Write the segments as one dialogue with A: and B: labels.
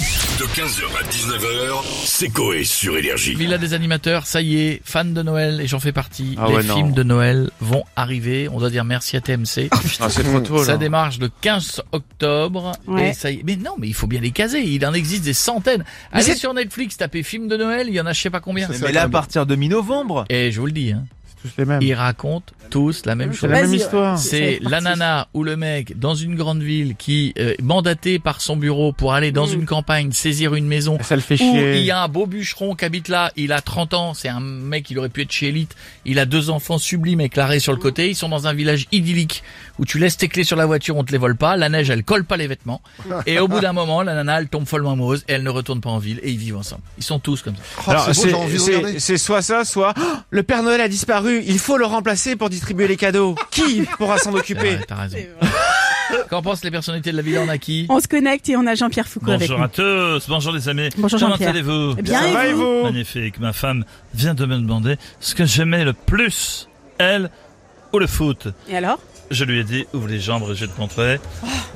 A: De 15h à 19h, c'est Coé sur Énergie.
B: Villa des animateurs, ça y est, fans de Noël, et j'en fais partie.
C: Ah
B: les
C: ouais, non.
B: films de Noël vont arriver. On doit dire merci à TMC.
C: Ah, c'est trop tôt,
B: ça
C: là.
B: démarche le 15 octobre.
D: Ouais.
B: Et ça y est. Mais non, mais il faut bien les caser. Il en existe des centaines. Allez sur Netflix, tapez films de Noël, il y en a je sais pas combien.
E: Mais là, à partir de mi-novembre.
B: Et je vous le dis, hein,
C: C'est tous les mêmes.
B: ils racontent tous la même
C: C'est
B: chose.
C: la
D: Vas-y,
C: même
D: ouais.
C: histoire.
B: C'est
D: C'est parti.
B: la nana ou le mec dans une grande ville qui euh, est mandaté par son bureau pour aller dans
D: Mm.
B: une campagne saisir une maison
C: Ça le fait
B: où il y
C: chier.
B: a un beau bûcheron qui habite là, il a 30 ans, c'est un mec, il aurait pu être chez Elite, il a deux enfants sublimes éclairés sur le côté, ils sont dans un village idyllique où tu laisses tes clés sur la voiture, on te les vole pas, la neige elle colle pas les vêtements, et au bout d'un moment, la nana elle tombe follement amoureuse et elle ne retourne pas en ville et ils vivent ensemble. Ils sont tous comme ça.
C: Alors,
F: c'est beau, j'ai envie de
C: c'est-
F: regarder.
C: c'est soit ça, soit Oh, le Père Noël a disparu. Il faut le remplacer pour distribuer les cadeaux. Qui pourra s'en occuper
B: Ouais, t'as raison. Qu'en pensent les personnalités de la ville en acquis
D: On se connecte et on a Jean-Pierre Foucault avec
G: Bonjour
D: nous.
G: à tous, bonjour les amis.
D: Bonjour
G: Comment
D: Jean-Pierre.
G: allez-vous
D: Eh Bien,
C: Ça
D: et
C: va et
D: vous
C: vous
G: Magnifique, ma femme vient de me demander ce que j'aimais le plus, elle ou le foot.
D: Et alors
G: Je lui ai dit, ouvre les jambes, et je vais te montrer.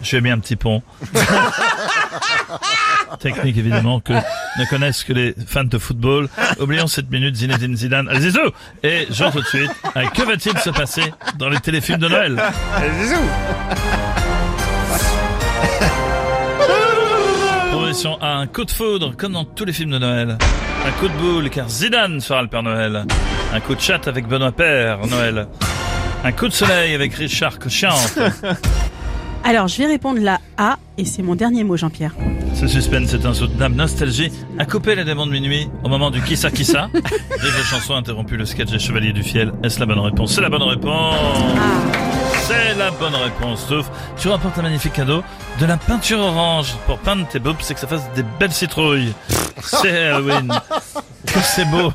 G: Je lui ai mis un petit pont. Technique évidemment que ne connaissent que les fans de football. Oublions cette minute Zinedine Zidane. Allez Zizou Et genre tout de suite, à que va-t-il se passer dans les téléfilms de Noël Progression à un coup de foudre, comme dans tous les films de Noël. Un coup de boule, car Zidane sera le Père Noël. Un coup de chat avec Benoît Père, Noël. Un coup de soleil avec Richard Cochante.
D: Alors, je vais répondre la A et c'est mon dernier mot, Jean-Pierre.
G: Ce suspense est insoutenable. Nostalgie a coupé les démons de minuit au moment du Kissa Kissa. Vive la chanson a interrompu le sketch des Chevaliers du Fiel. Est-ce la bonne réponse C'est la bonne réponse C'est la bonne réponse, sauf tu remportes un magnifique cadeau de la peinture orange pour peindre tes boobs c'est que ça fasse des belles citrouilles. C'est Halloween. Que c'est beau.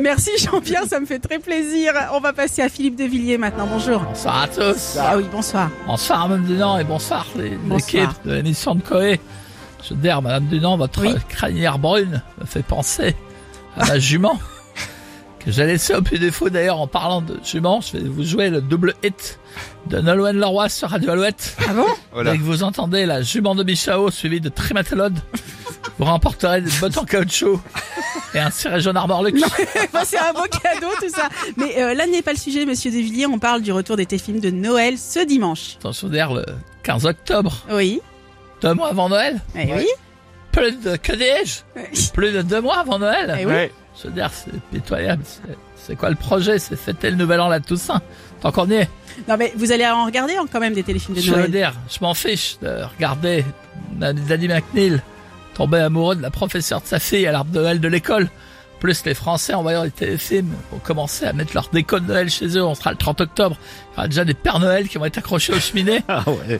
D: Merci, Jean-Pierre, ça me fait très plaisir. On va passer à Philippe Devilliers maintenant. Bonjour.
B: Bonsoir à tous
D: Ah oui, bonsoir.
B: Bonsoir Madame Dunant et bonsoir les-
D: Bonsoir.
B: l'équipe de l'émission de Coé. Je veux dire, Madame Dunant, votre
D: Oui.
B: crânière brune me fait penser à ma jument que j'ai laissée au plus défaut d'ailleurs en parlant de jument. Je vais vous jouer le double hit de Nolwenn Leroy sur Radio Alouette.
D: Ah bon
F: Voilà.
B: Dès que vous entendez la jument de Bichao suivie de Trimatolode, vous remporterez des bottes en caoutchouc et un ciré jaune armorluc.
D: Enfin, C'est un beau cadeau, tout ça. Mais euh, là n'est pas le sujet, monsieur Devilliers. On parle du retour des téléfilms de Noël ce dimanche.
B: Attention d'ailleurs le 15 octobre,
D: Oui.
B: deux mois avant Noël,
D: Eh oui.
B: plus de que dis-je Plus de deux mois avant Noël.
D: Eh oui.
C: Ouais.
B: Je veux dire, c'est pitoyable. C'est- C'est quoi le projet C'est fêter le nouvel an la Toussaint. Tant qu'on y est.
D: Non, mais vous allez en regarder hein, quand même des téléfilms de
B: Je veux
D: Noël.
B: dire, je m'en fiche de regarder Danny McNeil tomber amoureux de la professeure de sa fille à l'arbre de Noël de l'école. Plus les Français, en voyant les téléfilms, vont commencer à mettre leur déco de Noël chez eux. On sera le 30 octobre. Il y aura déjà des Pères Noël qui vont être accrochés aux cheminées.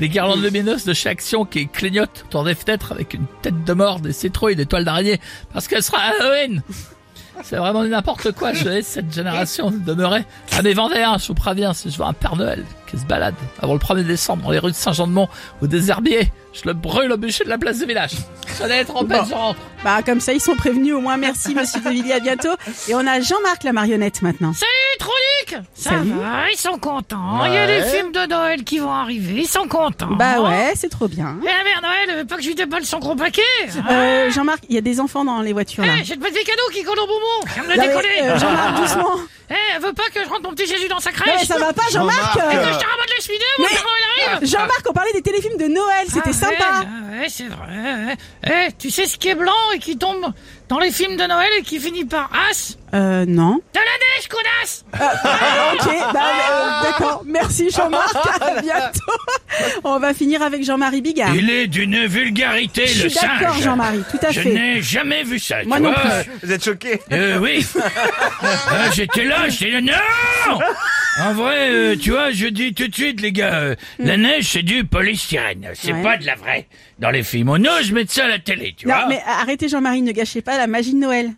B: Des guirlandes lumineuses de chez Action qui clignotent autour des fenêtres avec une tête de mort, des citrouilles, des toiles d'araignée, parce qu'elle sera Halloween. C'est vraiment du n'importe quoi, je laisse cette génération demeurer. À mes Vendéens, je vous préviens, si je vois un Père Noël qui se balade avant le 1er décembre dans les rues de Saint-Jean-de-Mont ou des Herbiers, je le brûle au bûcher de la place du village. Ça doit être en paix,
D: Bon.
B: je rentre.
D: Bah, comme ça, ils sont prévenus au moins. Merci, monsieur Devilliers. À bientôt. Et on a Jean-Marc la marionnette maintenant.
H: Ça
D: Salut.
H: va, ils sont contents. Il y a des films de Noël qui vont arriver, ils sont contents.
D: Bah ouais, c'est trop bien.
H: Eh merde, Noël, euh, pas que je lui déballe son gros paquet. hein.
D: Euh, Jean-Marc, il y a des enfants dans les voitures là.
H: Eh, j'ai de petits cadeaux qui collent au bonbon. Ferme le
D: Non, mais,
H: décoller.
D: euh, Jean-Marc, doucement.
H: Eh, elle veut pas que je rentre mon petit Jésus dans sa
D: Non, mais
H: crèche.
D: ça va pas, Jean-Marc.
H: Et que
D: euh,
H: je te rabote les cheminées, mon
D: Mais-
H: père Noël arrive.
D: Jean-Marc, on parlait des téléfilms de Noël, c'était
H: Ah,
D: sympa.
H: ouais, ah, ouais, c'est vrai. ouais. Eh, tu sais ce qui est blanc et qui tombe dans les films de Noël et qui finit par as
D: Euh, non.
H: De la neige, connasse
D: Ah, ok, bah, euh, d'accord. Merci Jean-Marc, à bientôt. On va finir avec Jean-Marie Bigard.
G: Il est d'une vulgarité,
D: Ah. Je suis d'accord, Jean-Marie, tout à fait.
G: jamais vu ça.
D: Moi non plus.
C: Vous êtes choqués
G: Euh, oui. Ah, j'étais là, j'étais là. Non En vrai, euh, tu vois, je dis tout de suite, les gars, euh, la neige, c'est du polystyrène. C'est
D: Hmm. Ouais.
G: pas de la vraie. Dans les films, on ose mettre ça à la télé, tu vois.
D: Non, mais euh, arrêtez Jean-Marie, ne gâchez pas la magie de Noël.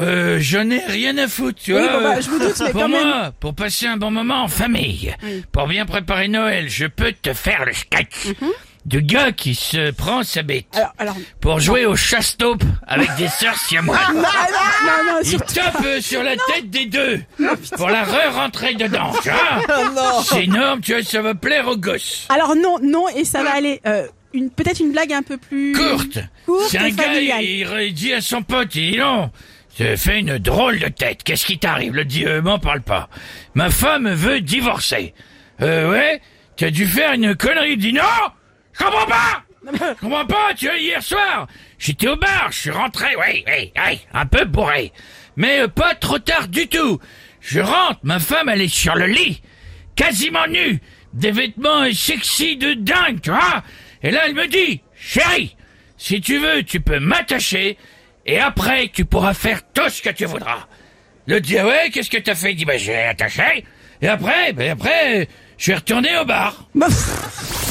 G: Euh, j'en ai rien à foutre, tu
D: Oui,
G: vois.
D: bon, bah,
G: euh,
D: je vous doute, mais
G: pour
D: quand
G: moi,
D: même.
G: pour passer un bon moment en famille, pour bien préparer Noël, je peux te faire le sketch
D: Mhm.
G: du gars qui se prend sa bête
D: Alors, alors.
G: pour jouer au chasse-taupe avec des sœurs siamoises.
D: Non, non, non, non,
G: Il
D: surtout.
G: tape euh, sur la tête des deux pour la re-rentrer dedans, tu vois. C'est énorme, tu vois, ça va plaire aux gosses.
D: Alors non, non, et ça va aller. Euh, une peut-être une blague un peu plus
B: Hein Courte.
D: courte
B: C'est un
D: et
B: gars, il,
D: familiale.
B: il dit à son pote, il dit non, tu fais une drôle de tête, qu'est-ce qui t'arrive Le dit, euh, m'en parle pas. Ma femme veut divorcer. Euh, ouais, tu as dû faire une connerie. Il dit non, je comprends pas Je comprends pas, tu vois, hier soir, j'étais au bar, je suis rentré, oui, oui, oui, un peu bourré. Mais euh, pas trop tard du tout. Je rentre, ma femme, elle est sur le lit quasiment nu, des vêtements euh, sexy de dingue, tu vois. Et là, elle me dit, chérie, si tu veux, tu peux m'attacher, et après, tu pourras faire tout ce que tu voudras. Le dit, Ah ouais, qu'est-ce que t'as fait? Il dit, bah, j'ai attaché, et après, ben, après, euh, je suis retourné au bar.
D: Bah, pff.